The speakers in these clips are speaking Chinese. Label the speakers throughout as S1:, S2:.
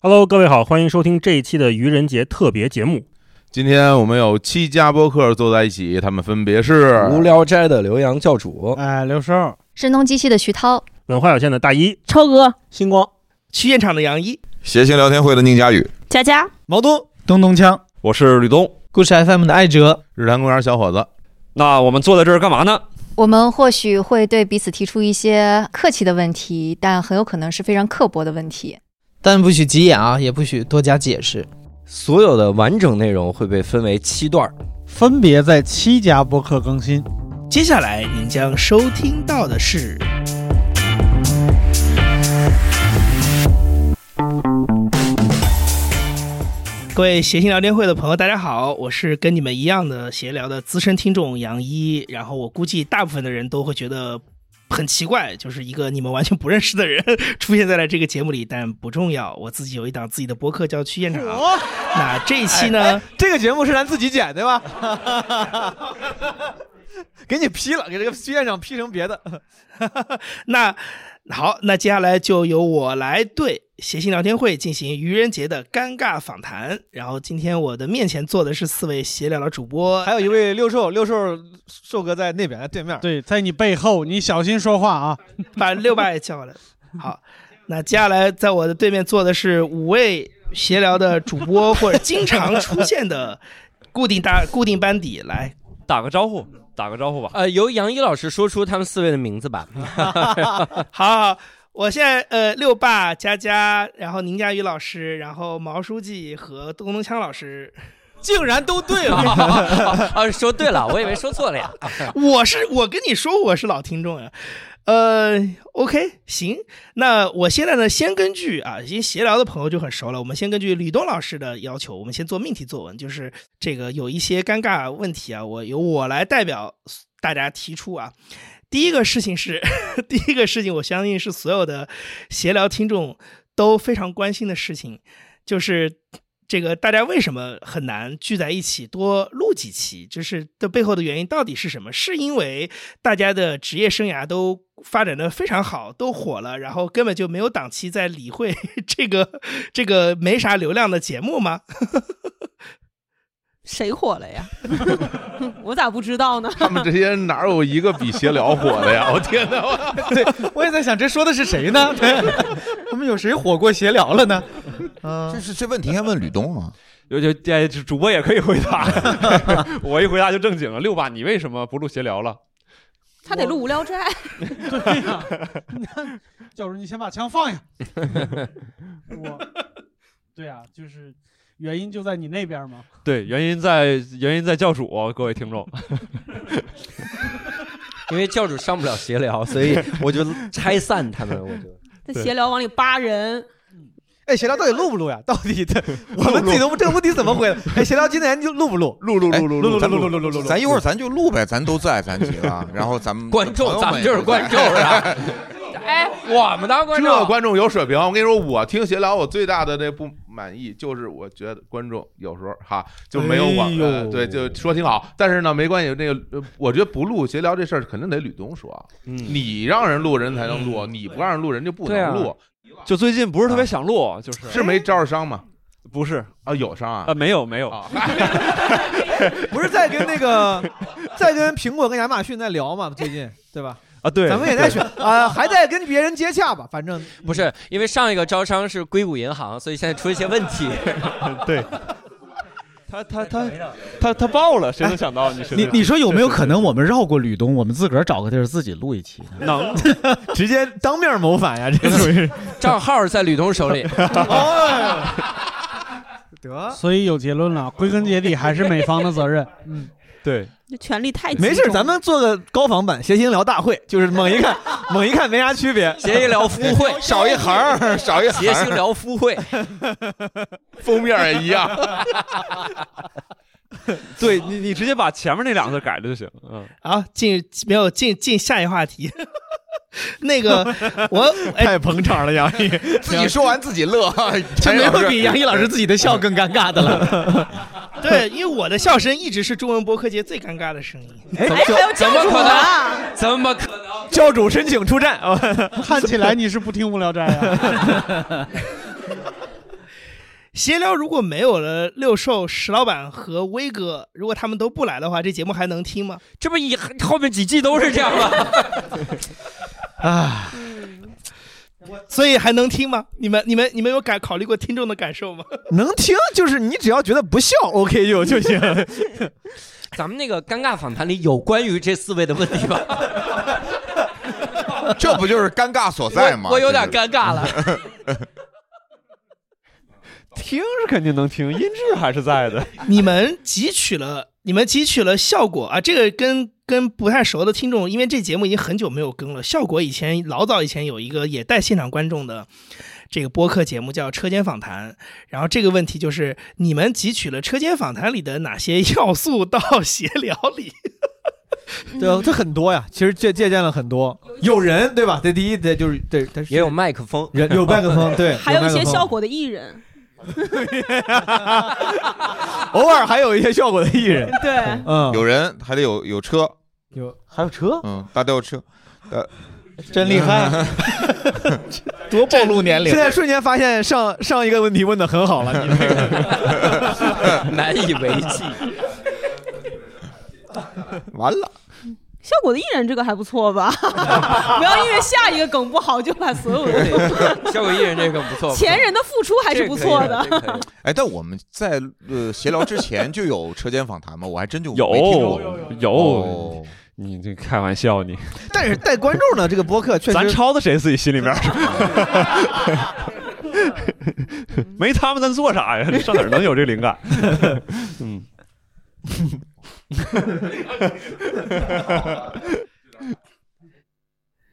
S1: Hello，各位好，欢迎收听这一期的愚人节特别节目。
S2: 今天我们有七家播客坐在一起，他们分别是
S3: 无聊斋的刘洋教主，
S4: 哎，刘寿、
S5: 声东击西的徐涛，
S1: 文化有限的大一，
S6: 超哥、
S4: 星光、
S7: 去现场的杨一、
S8: 谐星聊天会的宁佳宇、
S6: 佳佳、
S7: 毛东、
S4: 东东枪、
S8: 我是吕东，
S7: 故事 FM 的艾哲、
S2: 日坛公园小伙子。
S9: 那我们坐在这儿干嘛呢？
S5: 我们或许会对彼此提出一些客气的问题，但很有可能是非常刻薄的问题。
S7: 但不许急眼啊，也不许多加解释。
S3: 所有的完整内容会被分为七段儿。
S4: 分别在七家播客更新。
S10: 接下来您将收听到的是各位谐星聊天会的朋友，大家好，我是跟你们一样的闲聊的资深听众杨一。然后我估计大部分的人都会觉得很奇怪，就是一个你们完全不认识的人 出现在了这个节目里，但不重要，我自己有一档自己的播客叫《去现场》。 那这一期呢？
S7: 哦哎这个节目是咱自己剪 对吧？给你 P 了，给这个去现场 P 成别的。
S10: 那好，那接下来就由我来对谐星聊天会进行愚人节的尴尬访谈。然后今天我的面前坐的是四位闲聊的主播，
S7: 还有一位六兽，六兽兽哥在那边在对面。
S4: 对，在你背后，你小心说话啊！
S10: 把六爸也叫过来。好，那接下来在我的对面坐的是五位闲聊的主播，或者经常出现的固定大固定班底。来，
S9: 打个招呼，打个招呼吧。
S3: 呃，由杨一老师说出他们四位的名字 吧。
S10: 好好，我现在呃，六爸、佳佳，然后宁佳宇老师，然后毛书记和东东锵老师。
S7: 竟然都对了
S3: 啊！说对了，我以为说错了呀。
S10: 我是我跟你说我是老听众呀、呃，OK，行，那我现在呢，先根据啊，已经闲聊的朋友就很熟了，我们先根据吕东老师的要求，我们先做命题作文，就是这个有一些尴尬问题啊，我由我来代表大家提出啊。第一个事情是， 第一个事情，我相信是所有的闲聊听众都非常关心的事情，就是这个大家为什么很难聚在一起多录几期？就是这背后的原因到底是什么？是因为大家的职业生涯都发展的非常好，都火了，然后根本就没有档期在理会 这个这个没啥流量的节目吗？
S6: 谁火了呀？ 我咋不知道呢？
S2: 他们这些人哪有一个比闲聊火的呀？我天哪！我
S7: 对，我也在想，这说的是谁呢？对，我们有谁火过闲聊了呢？嗯
S8: 这，是这问题应该问吕东啊。
S9: 有有这主播也可以回答，我一回答就正经了。六爸，你为什么不录闲聊了？
S6: 他得录无 聊斋，
S4: 对呀、教主，你先把枪放下。我，对呀、就是原因就在你那边嘛。
S9: 对，原因在原因在教主，各位听众。
S3: 因为教主上不了闲聊，所 以我就拆散他们。我就
S6: 他闲聊往里扒人，
S7: 哎，闲聊到底录不录呀？到底的，我们自己都不这个问题怎么回的？哎，闲聊今年就录不录？
S2: 录录
S8: 哎
S2: 录录
S7: 录
S2: 录
S7: 录录录录录录录。
S8: 咱一会儿咱就录呗，咱都在，咱几 个，啊然后咱们
S3: 观众，咱们就是观众，是吧？哎，我们当观
S2: 这
S3: 众，
S2: 观众有水平，我跟你说，我听闲聊，我最大的这不满意就是，我觉得观众有时候哈就没有我们、
S4: 哎呦
S2: 对，就说挺好，但是呢，没关系，那个呃我觉得不录闲聊这事儿肯定得吕东说，
S9: 嗯，
S2: 你让人录人才能录，你不让人录人就不
S3: 对
S2: 能
S3: 啊
S2: 录，
S9: 就最近不是特别想录，就是哎
S2: 是没招着伤吗？
S9: 不是
S2: 啊，有伤啊
S9: 啊？，没有没有，
S2: 啊，
S7: 不是在跟 那个，在跟苹果跟亚马逊在聊嘛？最近对吧？
S9: 啊，对，
S7: 咱们也 在选啊，还在跟别人接洽吧，反正
S3: 不是因为上一个招商是硅谷银行，所以现在出一些问题。
S9: 对。他他他他他爆了，谁能想到
S7: 哎
S9: 你是？
S11: 你你说有没有可能我们绕过吕东，我们自个儿找个地儿自己录一期？
S9: 能？
S7: 直接当面谋反呀，这属于。
S3: 账号在吕东手里，
S7: 哦， 得，
S4: 所以有结论了，归根结底还是美方的责任。
S9: 对，
S6: 这权力太集中
S7: 没事，咱们做个高仿版谐星聊大会，就是猛一看，猛一看没啥区别。
S3: 协议聊夫会，
S8: 少一行 儿，少一
S3: 谐
S8: 行
S3: 星
S8: 儿。
S3: 聊夫会，
S2: 封面也一 样。
S9: 对你你直接把前面那两个字改了就行。嗯，
S10: 好，进没有进进下一话题。 那 个我哎，
S7: 捧场了，杨毅，
S8: 自己说完自己 乐，
S2: 哎
S11: 这
S8: 陈
S11: 没
S8: 老
S11: 有
S8: 师
S11: 比杨毅老师自己的笑更尴尬 的了。
S10: 对，因为我的笑声一直是中文播客界最尴尬的声音。
S6: 哎，还有
S3: 怎
S6: 教
S3: 么
S6: 主
S3: 可能？
S6: 啊！
S3: 怎么可能？
S7: 教主申请出战啊！
S4: 看起来你是不听无聊斋啊？
S10: 闲聊如果没有了六兽、石老板和威哥，如果他们都不来的话，这节目还能听吗？
S3: 这不以后面几季都是这样吗？
S10: 啊，所以还能听吗？你们、你们、你们有感考虑过听众的感受吗？
S7: 能听，就是你只要觉得不笑，OK 就就行。
S3: 咱们那个尴尬访谈里有关于这四位的问题吧？
S8: 这不就是尴尬所
S2: 哎
S8: 在吗？
S3: 我我有点尴尬了。
S9: 听是肯定能听，音质还是在的。
S10: 你们汲取了，你们汲取了效果啊！这个跟跟不太熟的听众，因为这节目已经很久没有更了。效果以前老早以前有一个也带现场观众的这个播客节目叫《车间访谈》，然后这个问题就是你们汲取了《车间访谈》里的哪些 要素到闲聊里？
S7: 对，啊这很多呀，其实借借鉴了很多。有人对吧？这第一，这就是对，但是
S3: 也有麦克风，
S7: 人有麦克风，对，
S6: 还有一些
S7: 麦克风
S6: 效，果的艺人，
S7: 偶尔还有一些效果的艺 人。
S6: 对，
S7: 嗯，
S8: 有人还得有有车，
S7: 有还有车，
S8: 嗯，大家有车，呃，
S7: 真厉
S11: 嗯
S7: 害，
S8: 多暴露年啊
S7: 现在瞬间发现上上一个问题问的很好 了，你这个
S3: 难以为继。
S8: 完了，
S6: 效果的艺人这个还不错吧？不要因为下一个梗不好就把所有的
S3: 效果艺人这个不错，
S6: 前人的付出还是不错的。
S8: 哎，但我们在呃闲聊之前就有车间访谈吗？我还真就
S9: 有
S8: 没听过
S7: 哦
S8: 哦
S9: 有，你这开玩笑你？
S7: 但是带观众的这个播客确实，
S9: 咱抄的谁自己心里面儿？没他们咱做啥呀？上哪儿能有这灵感？嗯，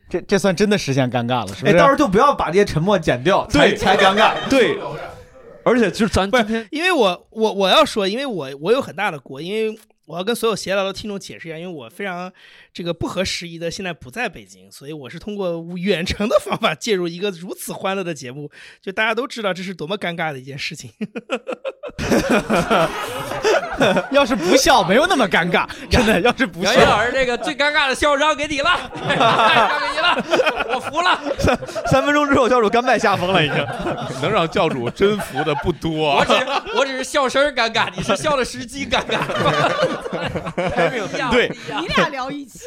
S11: 这这算真的实现尴尬了，是不
S7: 哎，
S11: 是？
S7: 到时候就不要把这些沉默剪掉，才
S9: 对
S7: 才尴尬。
S9: 对，而且就是咱今天
S10: 因为我我我要说，因为我我有很大的锅，因为我要跟所有闲聊的听众解释一下，因为我非常这个不合时宜的现在不在北京，所以我是通过远程的方法介入一个如此欢乐的节目，就大家都知道这是多么尴尬的一件事情。
S11: 要是不笑，没有那么尴 尬，真的。要是不
S3: 杨
S11: 笑
S3: 毅，老师这个最尴尬的笑让给你了， 让给你了，我服了，
S7: 三三分钟之后，教主甘拜下风了，已经。
S2: 能让教主真服的不
S3: 我
S2: 多啊
S3: 只。是我只是笑声尴尬，你是笑的时机尴尬。
S9: 对
S6: 你俩聊一期，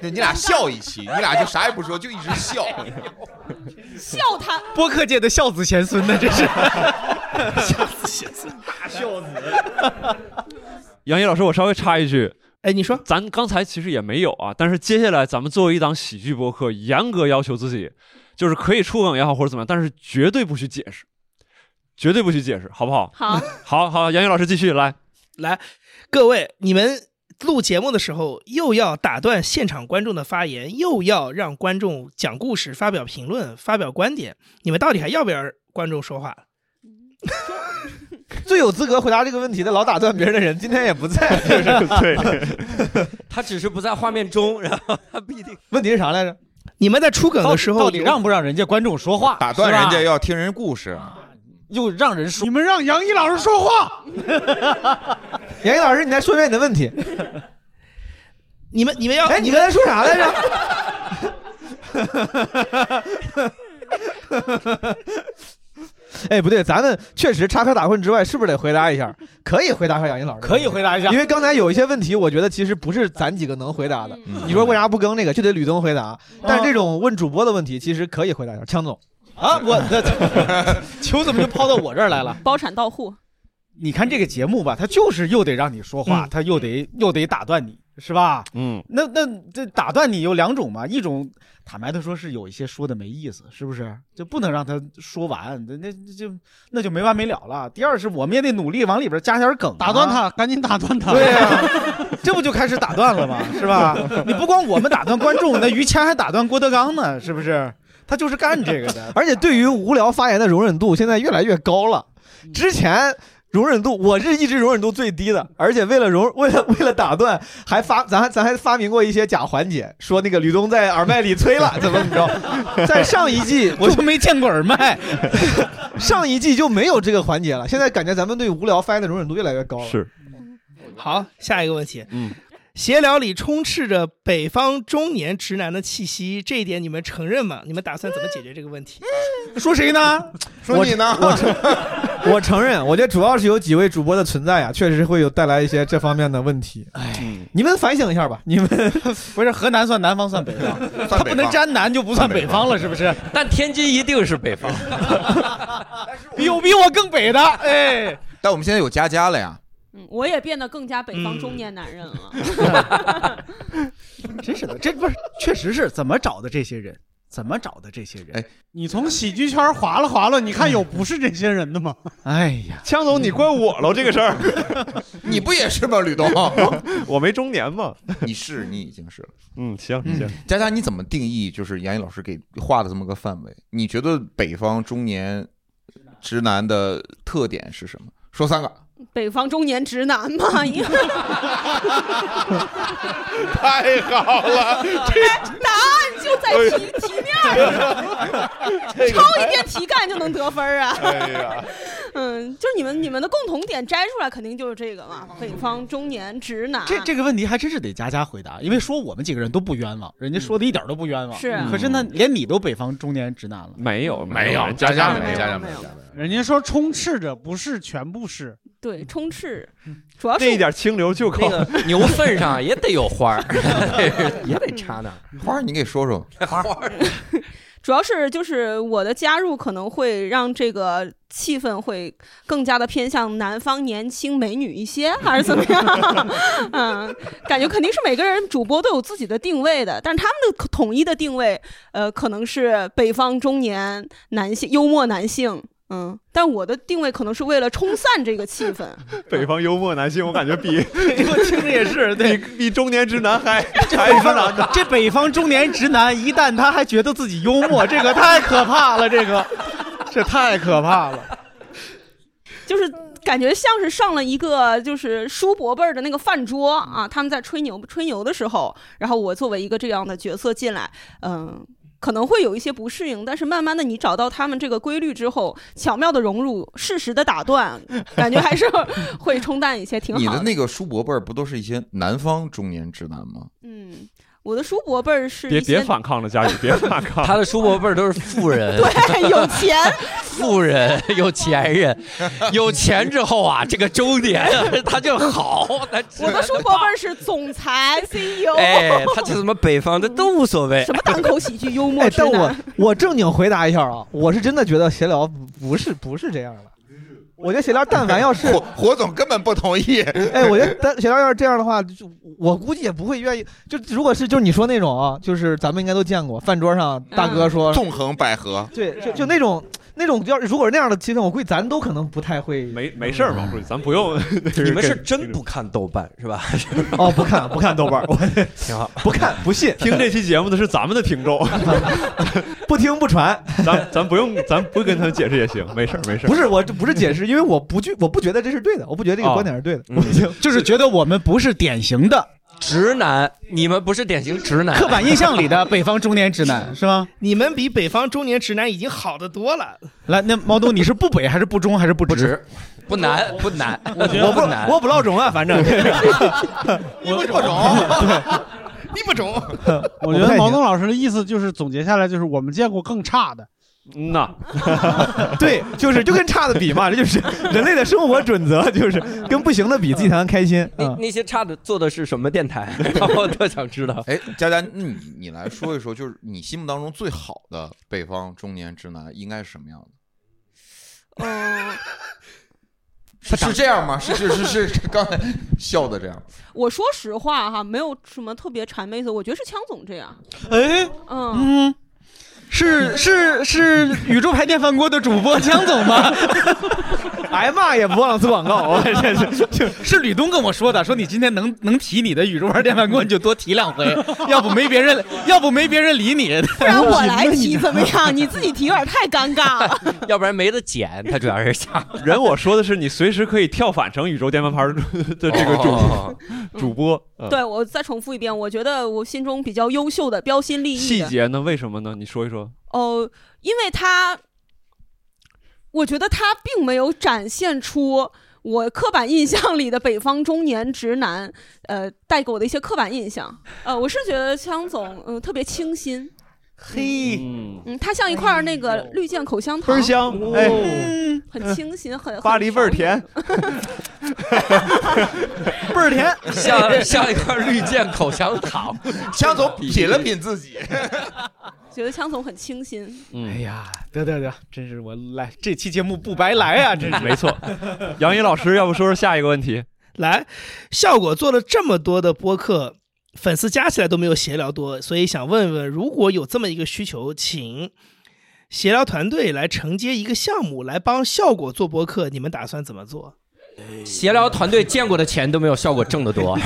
S8: 对你俩笑一期，你俩就啥也不说，就一直笑。
S6: 笑他
S11: 播客界的孝子贤孙呢，这是。
S9: 杨毅老师，我稍微插一句，
S10: 哎，你说
S9: 咱刚才其实也没有啊，但是接下来咱们作为一档喜剧播客，严格要求自己，就是可以出梗也好或者怎么样，但是绝对不许解释，绝对不许解释，好不好？
S6: 好，
S9: 好好，杨毅老师继续来。
S10: 来，各位，你们录节目的时候，又要打断现场观众的发言，又要让观众讲故事、发表评论、发表观点，你们到底还要不要让观众说话？
S7: 最有资格回答这个问题的老打断别人的人，今天也不在，是 不是？
S9: 对，
S3: 他只是不在画面中，然后他必定
S7: 问题是啥来着？
S10: 你们在出梗的时候
S11: 到底
S10: 有
S11: 让不让人家观众说话？
S8: 打断人家
S11: 是吧，
S8: 要听人故事，啊
S11: 又让人说
S4: 你。们让杨一老师说话，
S7: 杨毅老师，你再说一遍你的问题。
S10: 你们你们要
S7: 哎，你刚才说啥来着？ 哎，不对，咱们确实插科打诨之外，是不是得回答一下？可以回答一下杨毅老师，
S11: 可以，回答一下
S7: 因，为刚才有一些问题，我觉得其实不是咱几个能回答的。
S8: 嗯
S7: 你说为啥不更那个，就得吕东回答。
S11: 嗯
S7: 但是这种问主播的问题，其实可以回答一下。强总，
S11: 啊，我的 球怎么就抛到我这儿来了？
S6: 包产到户，
S11: 你看这个节目吧，它就是又得让你说话，
S10: 嗯
S11: 它又得又得打断你，是吧？
S9: 嗯，
S11: 那那这打断你有两种嘛，一种坦白的说是有一些说的没意思，是不是？就不能让他说完，那那那就那就没完没了了。第二是我们也得努力往里边加点梗啊、
S4: 打断他，赶紧打断他。
S11: 对啊呀、这不就开始打断了吗？ 是吧？你不光我们打断观众，那于谦还打断郭德纲呢，是不是？他就是干这个的。
S7: 而且对于无聊发言的容忍度现在越来越高了。之前容忍度我是一直容忍度最低的，而且为了容 为了为了打断，还发咱还咱还发明过一些假环节，说那个吕东在耳麦里吹 了，怎么怎么着。在上一季
S11: 我就没见过耳麦，
S7: 上一季就没有这个环节了，现在感觉咱们对无聊发言的容忍度越来越高了。
S9: 是，
S10: 好，下一个问题，
S9: 嗯，
S10: 闲聊里充斥着北方中年直男的气息，这一点你们承认吗？你们打算怎么解决这个问 题？
S7: 说谁呢？
S10: 说你呢
S7: 我我承我承认，我觉得主要是有几位主播的存在啊，确实会有带来一些这方面的问题。哎，
S9: 嗯
S7: 你们反省一下吧，你们
S11: 不是河南算南方算北方，他不能沾南就不算北方了，是不是？
S3: 但天津一定是北 方。
S11: 比有比我更北的，哎，
S8: 但我们现在有佳佳了呀，
S6: 嗯，我也变得更加北方中年男人了。
S11: 真是的，这不是确实是怎么找的这些人？怎么找的这些人？
S4: 你从喜剧圈划拉划拉，你
S11: 嗯
S4: 看有不是这些人的吗？
S11: 哎呀，
S9: 江总，你怪我喽，这个事儿，
S8: 你不也是吗，吕东？
S9: 我没中年嘛，
S8: 你是你已经是了。
S9: 嗯，行
S8: 行，佳佳，你怎么定义就是杨毅老师给画的这么个范围？你觉得北方中年直男的特点是什么？说三个。
S6: 北方中年直男嘛，因为
S2: 太好 了，
S6: 答案就在题题面上，抄一遍题干就能得分儿啊！
S2: 哎呀，
S6: 嗯，就是你们你们的共同点摘出来，肯定就是这个嘛，北方中年直男。
S11: 这这个问题还真是得佳佳回答，因为说我们几个人都不冤枉，人家说的一点都不冤枉。
S6: 是
S11: 可是呢，连你都北方中年直男了，
S9: 没有
S2: 没有佳佳没有佳佳没有佳佳
S4: 人家说充斥着，不是全部是。
S6: 对，充斥，主要
S9: 那一点清流就够。
S3: 那个牛粪上也得有花儿，也得插那儿。
S8: 花儿，你给说说。
S3: 花儿，
S6: 主要是就是我的加入可能会让这个气氛会更加的偏向南方年轻美女一些，还是怎么样？ 嗯，感觉肯定是每个人主播都有自己的定位的，但是他们的统一的定位，呃，可能是北方中年男性，幽默男性。嗯，但我的定位可能是为了冲散这个气氛。
S9: 北方幽默男性，我感觉 比
S11: 我听着也是，对，
S9: 比中年直男还
S11: 还直男呢。这北方中年直男，一旦他还觉得自己幽默，这个太可怕了，这个这太可怕了。
S6: 就是感觉像是上了一个就是叔伯辈儿的那个饭桌啊，他们在吹牛吹牛的时候，然后我作为一个这样的角色进来，嗯。可能会有一些不适应，但是慢慢的你找到他们这个规律之后，巧妙的融入，适时的打断，感觉还是 会冲淡一些，挺
S8: 你
S6: 好
S8: 的那个叔伯辈儿不都是一些南方中年直男吗？
S6: 嗯，我的叔伯辈儿是一
S9: 别
S6: 些
S9: 别反抗了，佳宇，别反抗。
S3: 他的叔伯辈儿都是富人，
S6: 对有钱，
S3: 富人，有钱人，有钱之后啊，这个中年啊他就好，他
S6: 我的叔伯辈儿是总裁 CEO，、
S3: 哎，他这什么北方的都无所谓。
S6: 什么单口喜剧幽默
S7: 哎，
S6: 直
S7: 但
S6: 男，
S7: 我我正经回答一下啊，我是真的觉得闲聊不不是不是这样的。我觉得闲聊但凡要是
S8: 火总根本不同意。
S7: 哎，我觉得但闲聊要是这样的话，就我估计也不会愿意。就如果是就是你说那种啊，就是咱们应该都见过，饭桌上大哥说
S8: 纵横捭阖。
S7: 对，就就那种那种要如果是那样的气氛，我估计咱都可能不太会。
S9: 没没事儿嘛，不是咱不用。
S3: 你们是真不看豆瓣是吧？
S7: 哦，不看不看豆瓣， 我
S3: 挺好，
S7: 不看不信，
S9: 听这期节目的是咱们的听众，
S7: 不听不传。
S9: 咱咱不用，咱不跟他们解释也行，没事儿没事儿。
S7: 不是我这不是解释，因为我不觉我不觉得这是 对的，我不觉得这
S11: 哦
S7: 个观点是对的。我已经
S11: 就是觉得我们不是典型的
S3: 直男，你们不是典型直男，
S11: 刻板印象里的北方中年直男，是吗？
S10: 你们比北方中年直男已经好得多了。
S11: 来，那毛东，你是不北还是不中还是不直？不
S3: 直，不难不难，
S11: 我
S3: 觉得
S11: 不
S3: 不难
S7: 我不落种啊，反正
S10: 你不中，你不中。
S4: 我觉得毛东老师的意思就是总结下来就是我们见过更差的。
S9: 嗯呐，
S7: 对，就是就跟差的比嘛，这就是人类的生活准则，就是跟不行的比，自己才能开心。
S9: 嗯
S7: 啊
S3: 那那些差的做的是什么电台？ 我特想知道。
S8: 哎，佳佳，那你你来说一说，就是你心目当中最好的北方中年直男应该是什么样的？
S6: 嗯，
S8: 是是这样吗？是是是是，刚才笑的这样。
S6: 我说实话哈，没有什么特别谄媚的，我觉得是枪总这样。
S11: 哎，
S6: 嗯，
S11: 嗯，是是是宇宙牌电饭锅的主播江总吗？
S7: 挨骂也不忘做广告，我这是
S11: 是吕东跟我说的，说你今天能能提你的宇宙牌电饭锅，你就多提两回，要不没别人，要不没别人理你。
S6: 不然我来提怎么 样？你自己提有点太尴尬 了。
S3: 要不然没得剪，他主要是想。
S9: 人我说的是你随时可以跳反成宇宙电饭盘的 这个主
S3: 哦
S9: 主播。嗯
S6: 对，我再重复一遍，我觉得我心中比较优秀的、标新立异
S9: 细
S6: 的，
S9: 节呢？为什么呢？你说一说。
S6: 哦，因为他，我觉得他并没有展现出我刻板印象里的北方中年直男，呃，带给我的一些刻板印象。呃，我是觉得枪总，嗯、特别清新，
S10: 嘿，
S6: 嗯，他像一块儿那个绿箭口香糖，
S10: 倍儿香哎
S6: 嗯很清新，很很
S10: 巴黎倍儿甜，
S7: 倍儿甜，
S3: 像像一块绿箭口香 糖。
S8: 江总品了 品自己，
S6: 觉得枪总很清新。
S11: 哎呀，得得得，真是我来这期节目不白来呀、真是
S9: 没错。杨一老师，要不说说下一个问题？
S10: 来，效果做了这么多的播客，粉丝加起来都没有闲聊多，所以想问问，如果有这么一个需求，请闲聊团队来承接一个项目，来帮效果做播客，你们打算怎么做？
S3: 闲聊团队见过的钱都没有效果挣得多。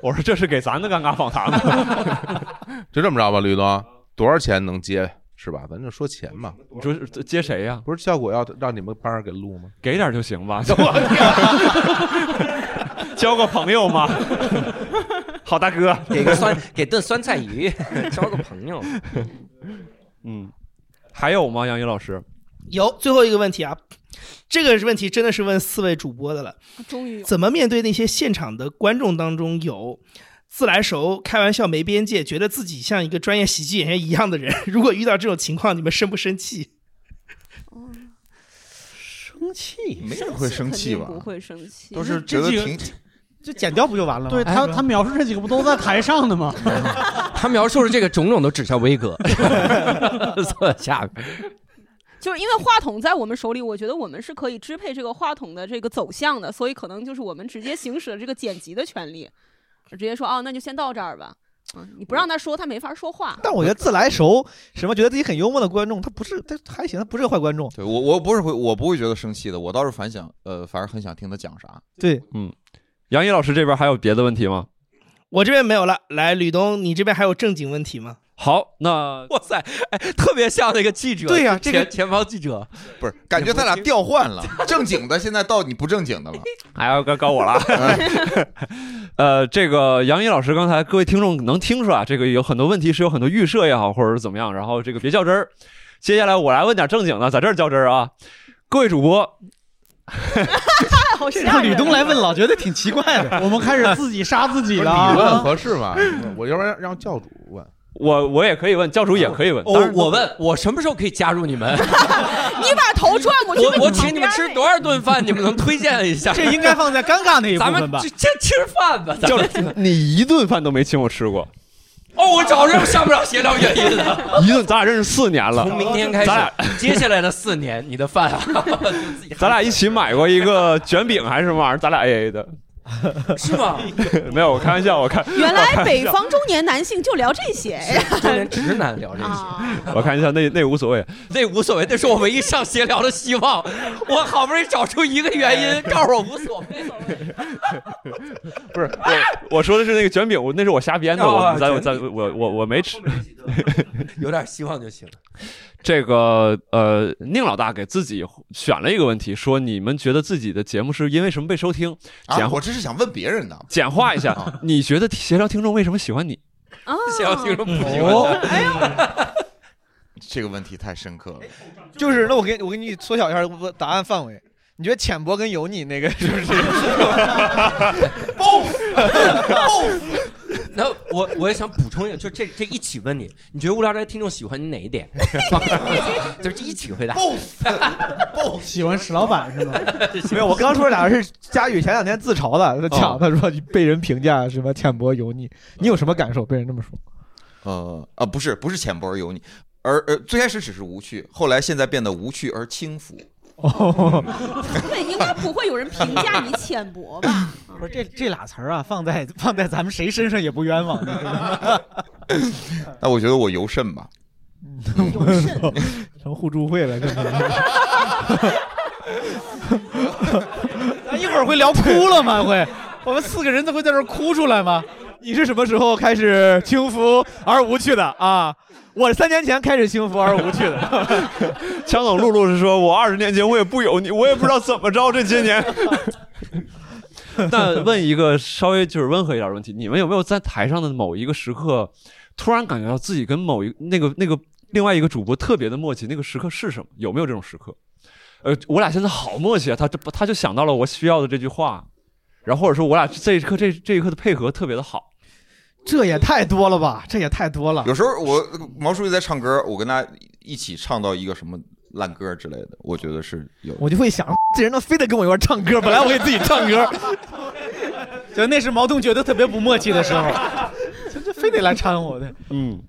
S9: 我说这是给咱的尴尬访谈
S2: 就这么着吧，吕东，多少钱能接是吧？咱就说钱嘛。
S9: 你说接谁呀、
S2: 不是效果要让你们班儿给录吗？
S9: 给点就行 吧。交个朋友嘛。 好大哥，
S3: 给个酸，给顿酸菜鱼，交个朋友。
S9: 嗯，还有吗？杨一老师，
S10: 有最后一个问题啊，这个问题真的是问四位主播的了。
S6: 啊终于有
S10: 怎么面对那些现场的观众当中有自来熟、开玩笑没边界，觉得自己像一个专业喜剧演员一样的人？ 如果遇到这种情况，你们生不生气？
S11: 生气，
S8: 没
S10: 人
S8: 会生气
S6: 肯定不会生气，
S8: 都是觉得挺
S11: 就剪掉不就完了吗？
S7: 哎
S4: 对他，他描述这几个不都在台上的吗？
S3: 他描述的这个种种都指向威 哥， 坐下边。
S6: 就是因为话筒在我们手里，我觉得我们是可以支配这个话筒的这个走向的，所以可能就是我们直接行使了这个剪辑的权利，直接说哦，那就先到这儿吧。嗯，你不让他说，他没法说话。
S7: 但我觉得自来熟，什么觉得自己很幽默的观众，他不是，他还行，他不是个坏观众。
S8: 对我我不是会我不会觉得生气的，我倒是反想呃，反而很想听他讲啥。
S7: 对，
S9: 嗯，杨一老师这边还有别的问题吗？
S10: 我这边没有了。来，吕东，你这边还有正经问题吗？
S9: 好，那
S3: 哇塞，哎，特别像那个记者，
S10: 对呀这个
S3: 前前方记者，
S8: 不是，感觉咱俩调换了，正经的现在到你不正经 的了。
S9: 哎呀，该搞我了。 呃，这个杨一老师刚才各位听众能听出来，这个有很多问题是有很多预设也好，或者是怎么样，然后这个别较真儿。接下来我来问点正经的，在这儿较真儿啊，各位主播，
S6: 太好吓人！啊
S11: 东来问老觉得挺奇怪的。
S4: 我们开始自己杀自己
S2: 不是
S4: 了
S2: 你问
S4: 啊！
S2: 合适吗？我要不然让教主问。
S9: 我我也可以问，教主也可以问，当
S7: 哦
S3: 我
S9: 然
S3: 哦我问我什么时候可以加入 你们？
S6: 你把头转过去，
S3: 我我请
S6: 请
S3: 你们吃多少顿饭，你们能推荐一下？
S11: 这应该放在尴尬那一部
S3: 咱
S11: 分
S3: 们
S11: 吧
S3: 这？这吃饭吧，咱
S9: 教
S3: 们
S9: 主你一顿饭都没请我吃过，
S3: 哦，我找这上不了协调原因了。
S9: 一顿咱俩认识四年了，
S3: 从明天开
S9: 咱俩
S3: 始，接下来的四年，你的 饭啊，自己
S9: 咱俩一起买过一个卷饼还是什么玩意儿，咱俩 A A 的。
S3: 是吗？
S9: 没有，我开玩笑，我开
S6: 原来北方中年男性就聊这些
S3: 中年直男聊这些，
S6: 啊！
S9: 我开玩笑，那那无所谓。
S3: 那无所谓，那是我唯一上协聊的 希望。我好不容易找出一个原因，告诉我无所谓。
S9: 哎 不是我，我说的是那个卷饼，我那是我瞎编的，
S3: 哦
S9: 我咱我
S3: 卷
S9: 咱我我我没吃。
S3: 有点希望就行了。
S9: 这个呃，宁老大给自己选了一个问题，说你们觉得自己的节目是因为什么被收听？
S8: 啊，
S9: 简
S8: 我这是想问别人的，
S9: 简化一下，你觉得协调听众为什么喜欢你？
S6: 啊，
S3: 哦协聊听众不喜欢，
S7: 哦，
S8: 这个问题太深刻了。
S7: 就是那我给我给你缩小一下我答案范围。你觉得浅薄跟油腻那个 是不是？
S3: 那我我也想补充一个，就这这一起问你，你觉得无聊斋听众喜欢你哪一点？ 就是一起回答。
S4: 喜欢史老板是吗？
S7: 没有，我刚说俩人是佳宇前两天自嘲的，他
S9: 哦
S7: 讲他说被人评价什么浅薄油腻，你有什么感受？被人这么说？
S8: 呃啊，不是不是浅薄而油腻，而呃最开始只是无趣，后来现在变得无趣而轻浮。
S7: 哦，
S6: 对，应该不会有人评价你浅薄吧？
S11: 不是这这俩词儿啊，放在放在咱们谁身上也不冤枉。
S8: 那我觉得我尤甚吧，
S7: 成互助会了，真 的。
S11: 咱一会儿会聊哭了吗？会，我们四个人都会在这儿哭出来吗？
S7: 你是什么时候开始轻浮而无趣的啊？我是三年前开始轻浮而无趣的。
S9: 强总露露是说，我二十年前我也不有你，我也不知道怎么着这些 年。那问一个稍微就是温和一点的问题，你们有没有在台上的某一个时刻，突然感觉到自己跟某一那个那个另外一个主播特别的默契？那个时刻是什么？有没有这种时刻？呃，我俩现在好默契啊，他这他就想到了我需要的这句话，然后或者说我俩这一刻这这一刻的配合特别的好，
S11: 这也太多了吧？这也太多了。
S8: 有时候我毛书记在唱歌，我跟他一起唱到一个什么烂歌之类的，我觉得是有。
S11: 我就会想， 这人他非得跟我一块儿唱 歌，本来我给自己唱歌，就那是毛东觉得特别不默契的时 候，就这非得来掺和我的。
S1: 嗯，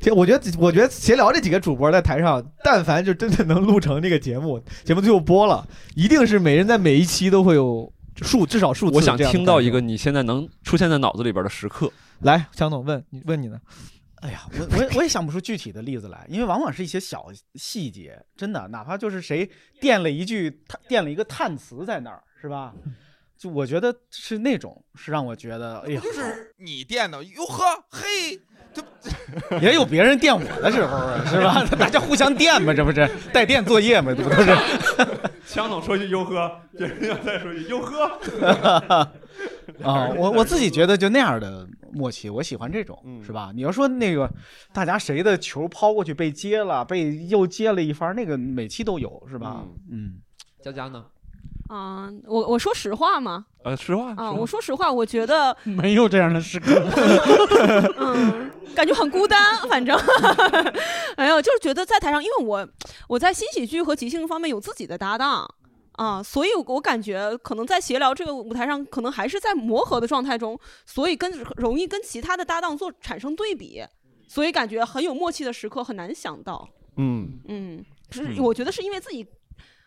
S11: 其实我觉得，我觉得闲聊这几个主播在台上，但凡就真的能录成这个节目，节目最后播了，一定是每人在每一期都会有数，至少数次。
S9: 我想听到一
S11: 个，
S9: 个你现在能出现在脑子里边的时刻。
S11: 来，江总问你问你呢？
S9: 哎
S11: 呀，我我也我也想不出具体的例子来，因为往往是一些小细节，真的，哪怕就是谁垫了一句，垫了一个叹词在那儿，是吧？
S9: 嗯
S11: 就我觉得是那种是让我觉得，哎呀，
S8: 就是你垫的，哟呵，嘿，
S11: 也有别人垫我的时候啊，是吧？ 大家互相垫嘛，这不是带垫作业嘛，这不都是？
S9: 强总说句哟呵，别人要再说句哟呵
S11: 啊、我我自己觉得就那样的默契，我喜欢这种，是吧？你要说那个大家谁的球抛过去被接了，被又接了一番，那个每期都有，是吧？嗯，
S9: 佳佳呢？
S6: 啊、我我说实话嘛，
S9: 呃，实话
S6: 啊、我说实话，我觉得
S11: 嗯
S4: 没有这样的时刻。
S6: 嗯感觉很孤单，反正， 哎呦，就是觉得在台上，因为我我在新喜剧和即兴方面有自己的搭档啊，所以我我感觉可能在闲聊这个舞台上，可能还是在磨合的状态中，所以跟容易跟其他的搭档做产生对比，所以感觉很有默契的时刻很难想到。
S1: 嗯
S6: 嗯，是
S1: 嗯
S6: 我觉得是因为自己。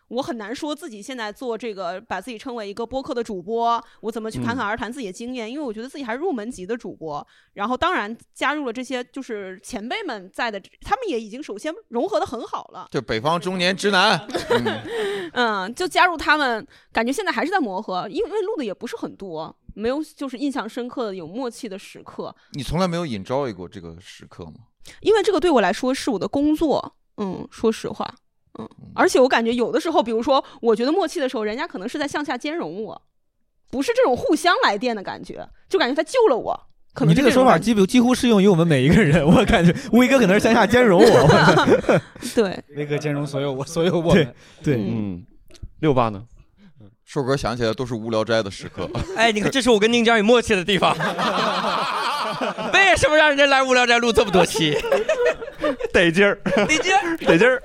S6: 我很难说自己现在做这个，把自己称为一个播客的主播，我怎么去侃侃而谈自己的经验？因为我觉得自己还是入门级的主播。然后，当然加入了这些就是前辈们在的，他们也已经首先融合的很好了。
S8: 就北方中年直男，
S6: 嗯，就加入他们，感觉现在还是在磨合，因为录的也不是很多，没有就是印象深刻的有默契的时刻。
S8: 你从来没有 enjoy 过这个时刻吗？
S6: 因为这个对我来说是我的工作，嗯，说实话，嗯，而且我感觉有的时候，比如说我觉得默契的时候，人家可能是在向下兼容我，不是这种互相来电的感觉，就感觉他救了我。可能
S11: 你
S6: 是
S11: 这个
S6: 种
S11: 说法
S6: 感觉
S11: 基本几乎适用于我们每一个人，我感觉威哥可能是向下兼容我。
S6: 对，
S11: 威哥兼容所有我，所有我
S8: 们
S11: 对，
S9: 嗯，六八呢？
S8: 硕哥想起来都是无聊斋的时刻。
S12: 哎，你看，这是我跟宁佳宇默契的地方。 为什么让人家来无聊斋录这么多期？
S9: 得劲儿，
S12: 得劲儿，
S9: 得劲儿。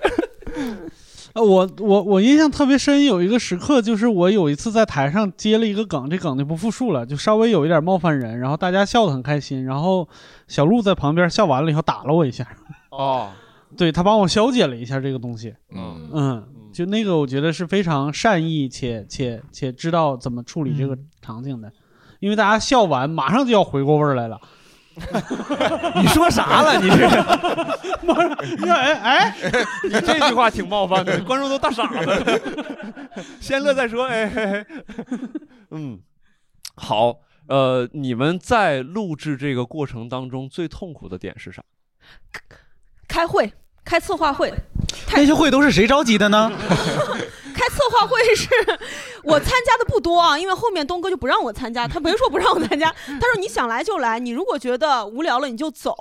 S4: 呃，我我我印象特别深，有一个时刻，就是我有一次在台上接了一个梗，这梗就不复述了，就稍微有一点冒犯人，然后大家笑得很开心，然后小鹿在旁边笑完了以后打了我一下，
S9: 哦，
S4: 对他帮我消解了一下这个东西，
S9: 嗯
S4: 嗯，就那个我觉得是非常善意且且且知道怎么处理这个场景的，因为大家笑完马上就要回过味儿来了。
S11: 你说啥了？你是？
S4: 你哎哎，
S9: 你 这句话挺冒犯的， 观众都大傻子。先乐再说，哎嘿嘿。 嗯，好，呃，你们在录制这个过程当中最痛苦的点是啥？
S6: 开会，开策划会，
S11: 那些会都是谁召集的呢？
S6: 开策划会是我参加的不多啊，因为后面东哥就不让我参加，他没说不让我参加，
S4: 嗯
S6: 他说你想来就来，你如果觉得无聊了你就走。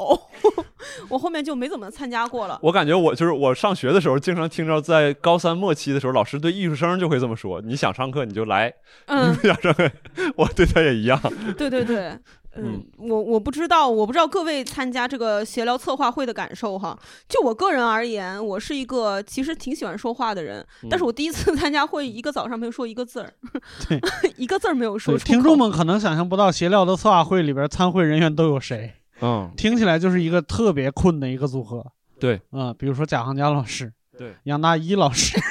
S6: 我后面就没怎么参加过了。
S9: 我感觉我就是我上学的时候，经常听着在高三末期的时候，老师对艺术生就会这么说：你想上课你就来，
S6: 嗯
S9: 你不想上课， 我对他也一样。
S6: 对对 对，
S9: 嗯，
S6: 我我不知道，我不知道各位参加这个闲聊策划会的感受哈。就我个人而言，我是一个其实挺喜欢说话的人，
S4: 嗯
S6: 但是我第一次参加会，一个早上没有说一个字儿， 一个字儿没有说
S4: 对，
S6: 出口。
S4: 听众们可能想象不到闲聊的策划会里边参会人员都有谁，
S9: 嗯，
S4: 听起来就是一个特别困的一个组合。
S9: 对，
S4: 啊、比如说贾行家老师，
S9: 对，
S4: 杨大一 老师。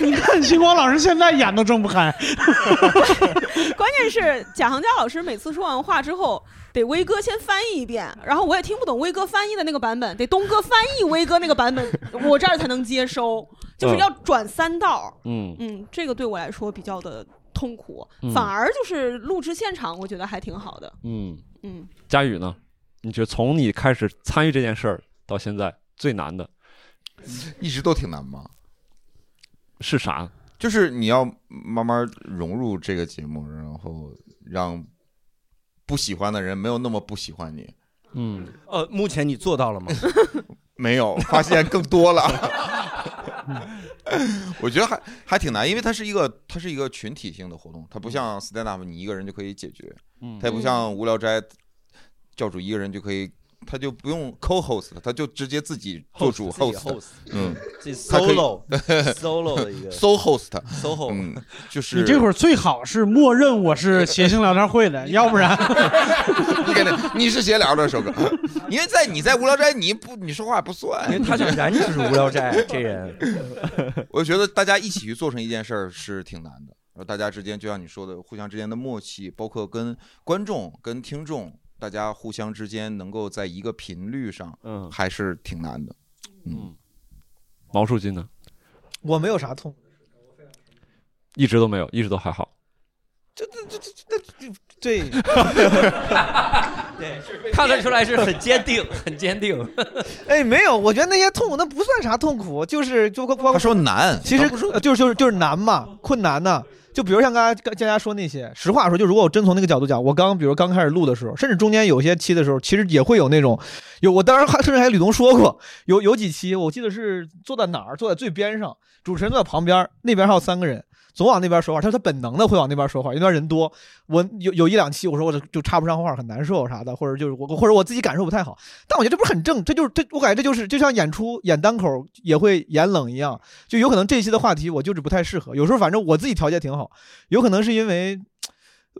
S4: 你看星光老师现在演都睁不开，
S6: 关键是贾行家老师每次说完话之后，得威哥先翻译一遍，然后我也听不懂威哥翻译的那个版本，得东哥翻译威哥那个版 本，我这儿才能接收，就是要转三道。
S9: 嗯
S6: 嗯，这个对我来说比较的痛苦，
S9: 嗯
S6: 反而就是录制现场，我觉得还挺好的。
S9: 嗯，
S6: 嗯，
S9: 佳宇呢？你觉得从你开始参与这件事儿到现在最难的
S8: 一直都挺难吗？
S9: 是啥？
S8: 就是你要慢慢融入这个节目，然后让不喜欢的人没有那么不喜欢你。
S9: 嗯，
S12: 呃，目前你做到了吗？
S8: 没有，发现更多 了。我觉得还还挺难，因为它是一个它是一个群体性的活动，它不像 stand up 你一个人就可以解决，
S9: 嗯
S8: 它也不像无聊斋教主一个人就可以，他就不用 co host 了，他就直接自己做主
S13: Host，自己
S8: host，
S13: host
S8: 嗯，
S13: 自己
S8: 他可以
S13: solo solo 的一个
S8: so host，so
S13: solo
S8: 嗯，就是
S4: 你这会儿最好是默认我是谐星聊天 会的，要不然
S8: 你给他，你是闲聊的首歌，因为在你在无聊斋，你不你说话不算，
S13: 因为他想燃起无聊 斋这人。
S8: 我觉得大家一起去做成一件事儿是挺难的，然后大家之间就像你说的，互相之间的默契，包括跟观众、跟听众，大家互相之间能够在一个频率上，
S9: 嗯，
S8: 还是挺难的。嗯，
S9: 毛书记呢？
S7: 我没有啥痛，
S9: 一直都没有，一直都还好。
S7: 对，
S13: 对，看得出来是很坚定，很坚定。
S7: 哎，没有，我觉得那些痛苦那不算啥痛苦，就是就包括他
S8: 说难，，
S7: 其实呃就是就是就是难嘛，困难呐、就比如像刚才刚佳佳说那些，实话说，就如果我真从那个角度讲，我刚比如刚开始录的时候，甚至中间有些期的时候，其实也会有那种，有我当时还甚至还吕东说过，有有几期我记得是坐在哪儿，坐在最边上，主持人坐在旁边，那边还有三个人，总往那边说话，他他本能的会往那边说话，因为那边人多。我有有一两期，我说我就就插不上话，很难受啥的，或者就是我或者我自己感受不太好。但我觉得这不是很正，这就是这我感觉这就是就像演出演单口也会演冷一样，就有可能这一期的话题我就是不太适合。有时候反正我自己条件挺好，有可能是因为。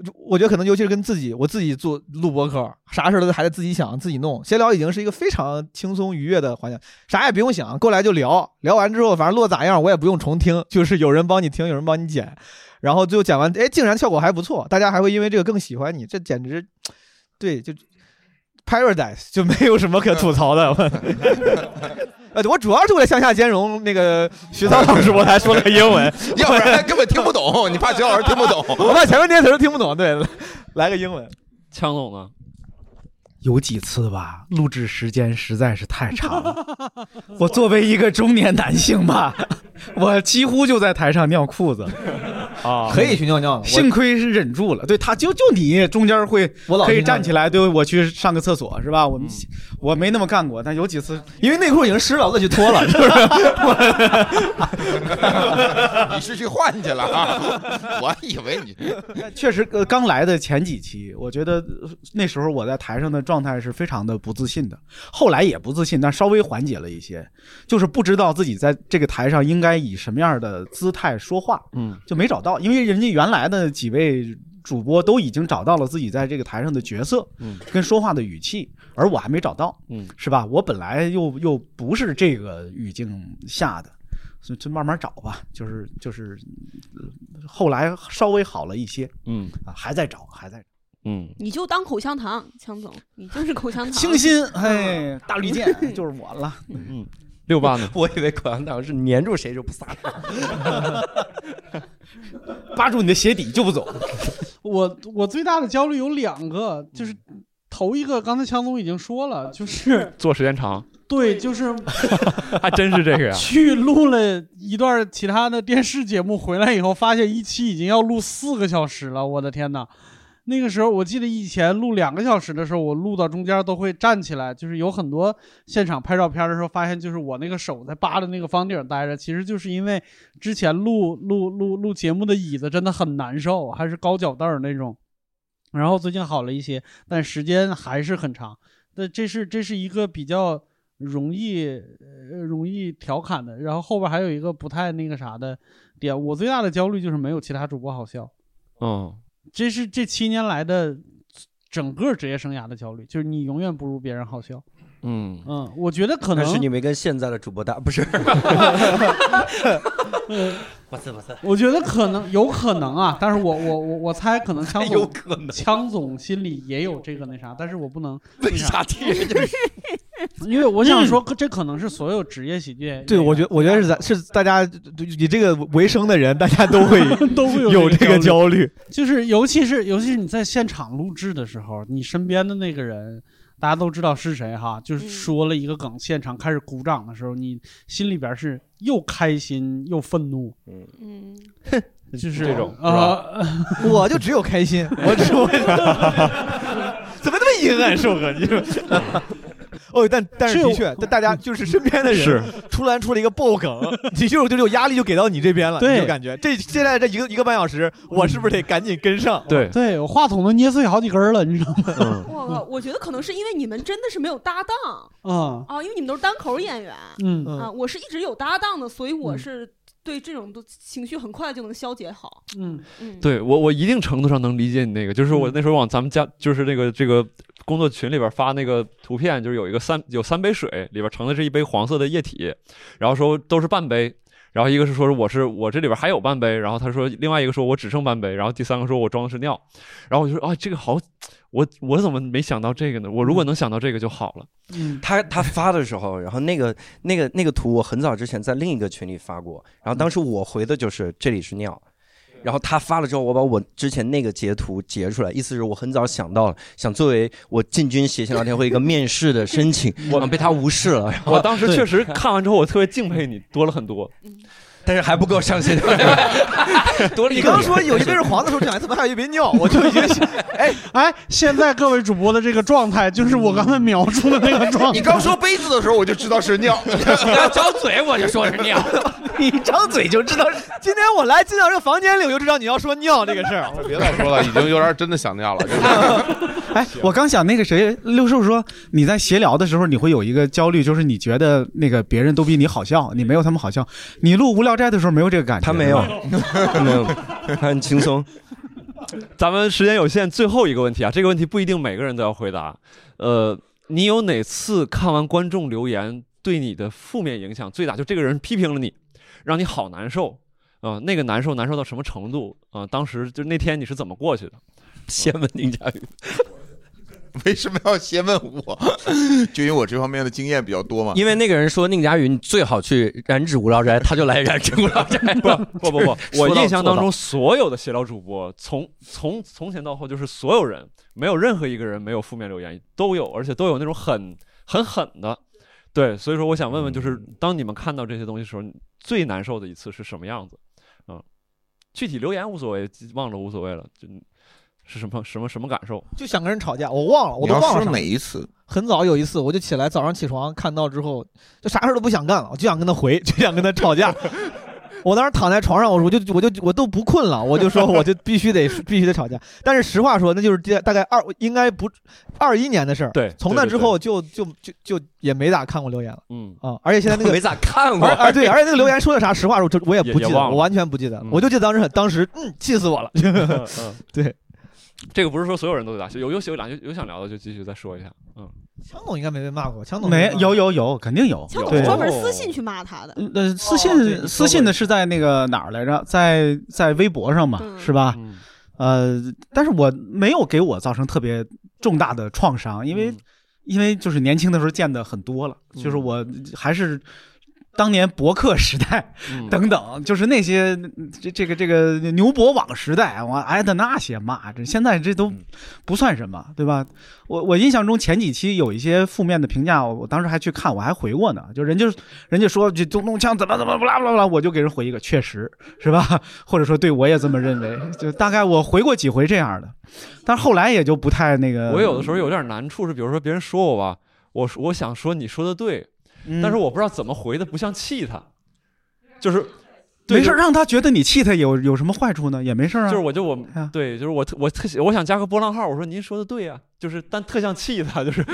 S7: 就我觉得可能尤其是跟自己，我自己做录播课，啥事儿都还得自己想自己弄。闲聊已经是一个非常轻松愉悦的环境，啥也不用想，过来就聊。聊完之后，反正落咋样我也不用重听，就是有人帮你听，有人帮你剪，然后最后剪完，哎，竟然效果还不错，大家还会因为这个更喜欢你，这简直，对，就 paradise 就没有什么可吐槽的。 呃，我主要是为了向下兼容那个徐涛老师，我才说了个英文
S8: 要不然根本听不懂。你怕徐老师听不懂？
S7: 我怕前面那些词儿听不懂。对，来来个英文。
S9: 强总呢？
S11: 有几次吧，录制时间实在是太长了。我作为一个中年男性吧，我几乎就在台上尿裤子。
S9: 啊
S7: 可以去尿尿了我
S11: 幸亏是忍住了。对他就就你中间会，
S7: 我老
S11: 可以
S7: 去尿
S11: 站起来，对我去上个厕所是吧？我们我没那么干过，但有几次
S7: 因为内裤已经湿了，我得去脱了，是不是？
S8: 你是去换去 了啊？我以为你
S11: 确实，呃，刚来的前几期，我觉得呃那时候我在台上的状态是非常的不自信的，后来也不自信，但稍微缓解了一些，就是不知道自己在这个台上应该以什么样的姿态说话，
S9: 嗯，
S11: 就没找到，因为人家原来的几位主播都已经找到了自己在这个台上的角色，
S9: 嗯，
S11: 跟说话的语气，而我还没找到，
S9: 嗯，
S11: 是吧？我本来又又不是这个语境下的，所以就慢慢找吧，就是就是，呃后来稍微好了一些，
S9: 嗯，
S11: 啊，还在找，还在找。
S9: 嗯，
S6: 你就当口香糖，强总，你就是口香糖。
S11: 清新， 哎，大绿 箭就是我了。
S9: 嗯，六八呢？
S13: 我以为口香糖是粘住谁就不撒了。
S11: 扒住你的鞋底就不走。
S4: 我我最大的焦虑有两个，就是头一个，刚才强总已经说了，就是
S9: 做时间长，
S4: 对，就是
S9: 还真是这个 呀。
S4: 去录了一段其他的电视节目，回来以后发现一期已经要录四个小时了，我的天呐！那个时候我记得以前录两个小时的时候，我录到中间都会站起来，就是有很多现场拍照片的时候发现，就是我那个手在扒着那个房顶待着，其实就是因为之前录录录录节目的椅子真的很难受，啊还是高脚凳儿那种。然后最近好了一些，但时间还是很长。那这是这是一个比较容易呃容易调侃的，然后后边还有一个不太那个啥的点。我最大的焦虑就是没有其他主播好笑，
S9: 嗯，
S4: 这是这七年来的整个职业生涯的焦虑，就是你永远不如别人好笑。
S9: 嗯
S4: 嗯，我觉得可能
S13: 但是你没跟现在的主播搭，不 是？不是不是，
S4: 我觉得可能有可能啊，但是我我我我 猜可能枪总
S13: 有可能
S4: 枪总心里也有这个那啥，但是我不能
S13: 为啥 听人家
S4: 因为我想说，这可能是所有职业喜剧演员
S7: 嗯对，我觉得我觉得是咱是大家以这个为生的人，大家都会
S4: 都会
S7: 有这个焦虑。
S4: 就是尤其是尤其是你在现场录制的时候，你身边的那个人。大家都知道是谁
S8: 嗯
S4: 哈，就是说了一个梗，现场开始鼓掌的时候，你心里边是又开心又愤怒，嗯
S6: 嗯，
S4: 就是
S7: 这种
S4: 啊，
S7: 我就只有开 心，我只我怎么那么阴暗，瘦哥？你说， 哦，但但是
S11: 是有
S7: 的确，但大家 就是身边的
S11: 是
S7: 人突然出了一个爆梗， 你就就有压力就给到你这边了，
S4: 对
S7: 你就感觉这现在这一个一个半小时，我是不是得赶紧跟上？
S9: 对
S4: 对我话筒都捏碎好几根儿了，你知道
S7: 嗯
S4: 吗？
S6: 我靠，我觉得可能是因为你们真的是没有搭档
S4: 啊
S6: 啊，因为你们都是单口演员，
S4: 嗯
S6: 啊，我是一直有搭档的，所以
S11: 嗯
S6: 我是对这种都情绪很快就能消解好，
S4: 嗯
S6: 嗯，
S9: 对我，我一定程度上能理解你那个，就是我那时候往咱们家，就是那个这个工作群里边发那个图片，就是有一个三有三杯水，里边盛的是一杯黄色的液体，然后说都是半杯，然后一个是说我是我这里边还有半杯，然后他说另外一个说我只剩半杯，然后第三个说我装的是尿，然后我就说啊这个好，我我怎么没想到这个呢？我如果能想到这个就好了。
S13: 他他发的时候，然后那个那个那个图，我很早之前在另一个群里发过，然后当时我回的就是这里是尿。然后他发了之后，我把我之前那个截图截出来，意思是我很早想到了，想作为我进军斜线聊天会一个面试的申请，我被他无视了。然后
S9: 我当时确实看完之后，我特别敬佩你，多了很 多。
S13: 但是还不够上心。多
S7: 你刚说有一杯是黄的时候，这两怎么还有一杯尿？我就已经
S4: 哎哎，现在各位主播的这个状态，就是我刚才描述的那个状态。
S8: 你刚说杯子的时候，我就知道是尿。
S3: 张嘴我就说是
S10: 啊
S3: 尿，
S7: 你张嘴就知道。今天我来进到这个房间里，我就知道你要说尿这个事儿。
S2: 别再说了，已经有点真的想尿 了。真的
S11: 哎，我刚想那个谁，六兽说你在闲聊的时候，你会有一个焦虑，就是你觉得那个别人都比你好笑，你没有他们好笑。你录无聊斋的时候没有这个感觉，
S13: 他没有， 没有，很轻 松。
S9: 咱们时间有限，最后一个问题啊，这个问题不一定每个人都要回答。呃，你有哪次看完观众留言对你的负面影响最大？就这个人批评了你，让你好难受啊、那个难受难受到什么程度啊、当时就那天你是怎么过去的？
S13: 先问丁佳宇，
S8: 为什么要先问我？就因为我这方面的经验比较多嘛。
S13: 因为那个人说宁佳宇，你最好去染指无聊斋，他就来染指无聊斋。，
S9: 不不不我
S13: 说到
S9: 印象
S13: 做
S9: 当
S13: 到
S9: 中所有的闲聊主播，从从从前到后，就是所有人，没有任何一个人没有负面留言，都有，而且都有那种很很狠的。对，所以说我想问问，就是当你们看到这些东西的时候，你最难受的一次是什么样子？嗯，具体留言无所谓，忘了无所谓了，就是什么什么什么感受？
S7: 就想跟人吵架，我忘了，我都
S8: 你要
S7: 忘了
S8: 说
S7: 是
S8: 哪一次。
S7: 很早有一次，我就起来早上起床看到之后，就啥事儿都不想干了，我就想跟他回，就想跟他吵架。我当时躺在床上，我说我就我就我都不困了，我就说我就必须得 必须得吵架。但是实话说，那就是大大概二应该不二一年的事儿。
S9: 对
S7: 从那
S9: 对对
S7: 之后就就就就也没咋看过留言了。
S9: 嗯
S7: 啊，而且现在 那个
S13: 没咋看过
S7: 而而对，而且那个留言说的啥，实话说，就我也不
S9: 也
S7: 记
S9: 也
S7: 得，
S9: 忘了
S7: 我完全不记得，我就记得当时很当时嗯，气死我了。
S9: 嗯
S7: 对，
S9: 这个不是说所有人都有打，有有有想有想聊的就继续再说一下。嗯，
S7: 强总应该没被骂过，强总
S11: 没有有有，肯定有。
S6: 强总
S11: 对
S6: 专门私信去骂他的，
S11: 呃，私信私信的是在那个哪儿来着？在在微博上嘛，
S6: 嗯
S11: 是吧？呃，但是我没有给我造成特别重大的创伤，因为、
S9: 嗯
S11: 因为就是年轻的时候见的很多了，就是我还是。当年博客时代
S9: 嗯，
S11: 等等，就是那些这这个这个牛博网时代，我挨的那些骂，这现在这都
S9: 嗯
S11: 不算什么，对吧？我我印象中前几期有一些负面的评价，我我当时还去看，我还回过呢，就人家人家说这东东强怎么怎么不啦不啦不啦，我就给人回一个确实是吧？ 或者说对我也这么认为，就大概我回过几回这样的，但后来也就不太那个。
S9: 我有的时候有点难处是，比如说别人说我吧，我说我想说你说的对，
S11: 嗯
S9: 但是我不知道怎么回的，不像气他，就是对
S11: 没事
S9: 就
S11: 儿，让他觉得你气他有有什么坏处呢？也没事儿啊。
S9: 就是我就我对，就是我特我特我想加个波浪号，我说您说的对啊，就是但特像气他，就是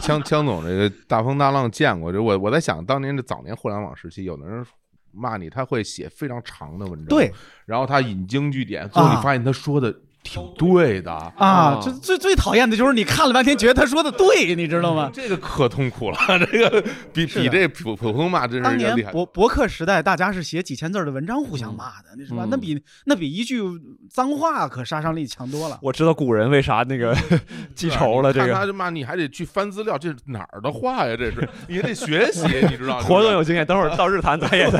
S2: 枪枪总这个大风大浪见过，就我我在想，当年这早年互联网时期，有的人骂你，他会写非常长的文章，
S11: 对，
S2: 然后他引经据典，最后你
S11: 啊
S2: 发现他说的挺对的
S11: 啊，这最最讨厌的就是你看了半天，觉得他说的 对，你知道吗？
S2: 这个可痛苦了， 这个比比这普普通骂真
S11: 当
S2: 是要
S11: 年
S2: 厉害。
S11: 博博客时代，大家是写几千字儿的文章互相骂的，那
S9: 嗯
S11: 是吧？那比那比一句脏话可杀伤力强多了。
S9: 我知道古人为啥那个 记仇了，这
S2: 看他
S9: 个
S2: 就骂你，还得去翻资料，这是哪儿的话呀？这是你还得 学习，你知道吗？
S9: 活动有经验，等会儿到日坛咱也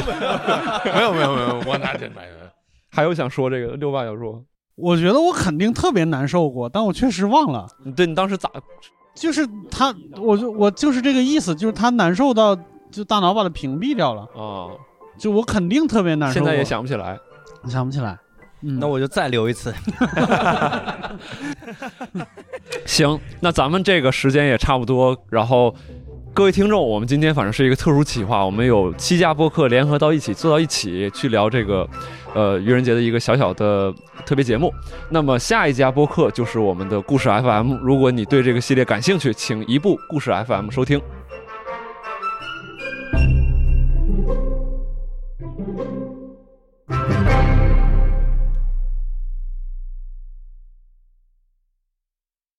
S2: 没有没有没有，我哪这买的？
S9: 还有想说这个六爸要说，
S4: 我觉得我肯定特别难受过，但我确实忘了。
S9: 对你当时咋？
S4: 就是他，我就我就是这个意思，就是他难受到就大脑把他屏蔽掉了，
S9: 哦，
S4: 就我肯定特别难受。
S9: 现在也想不起来。
S4: 想不起来。嗯
S13: 那我就再留一次。
S9: 行，那咱们这个时间也差不多，然后。各位听众，我们今天反正是一个特殊企划，我们有七家播客联合到一起做到一起去聊这个，呃，愚人节的一个小小的特别节目。那么下一家播客就是我们的故事 FM，如果你对这个系列感兴趣，请移步故事 FM 收听。